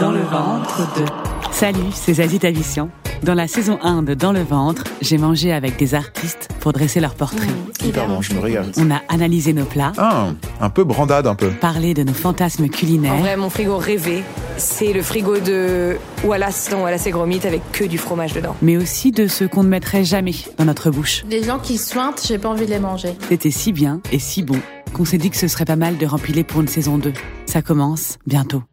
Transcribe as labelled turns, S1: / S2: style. S1: ventre de... Salut, c'est Zazie Tavissian. Dans la saison 1 de Dans le ventre, j'ai mangé avec des artistes pour dresser leurs portraits.
S2: Mmh.
S3: Hyper bon, je me régale.
S1: On a analysé nos plats,
S3: Ah, un peu brandade, un peu.
S1: parlé de nos fantasmes
S2: En
S1: culinaires,
S2: vrai, mon frigo rêvé, c'est le frigo de Wallace dans Wallace et Gromit avec que du fromage dedans.
S1: mais aussi de ce qu'on ne mettrait jamais dans notre bouche.
S4: Des gens qui sointent, j'ai pas envie de les manger.
S1: C'était si bien et si bon qu'on s'est dit que ce serait pas mal de rempiler pour une saison 2. Ça commence bientôt.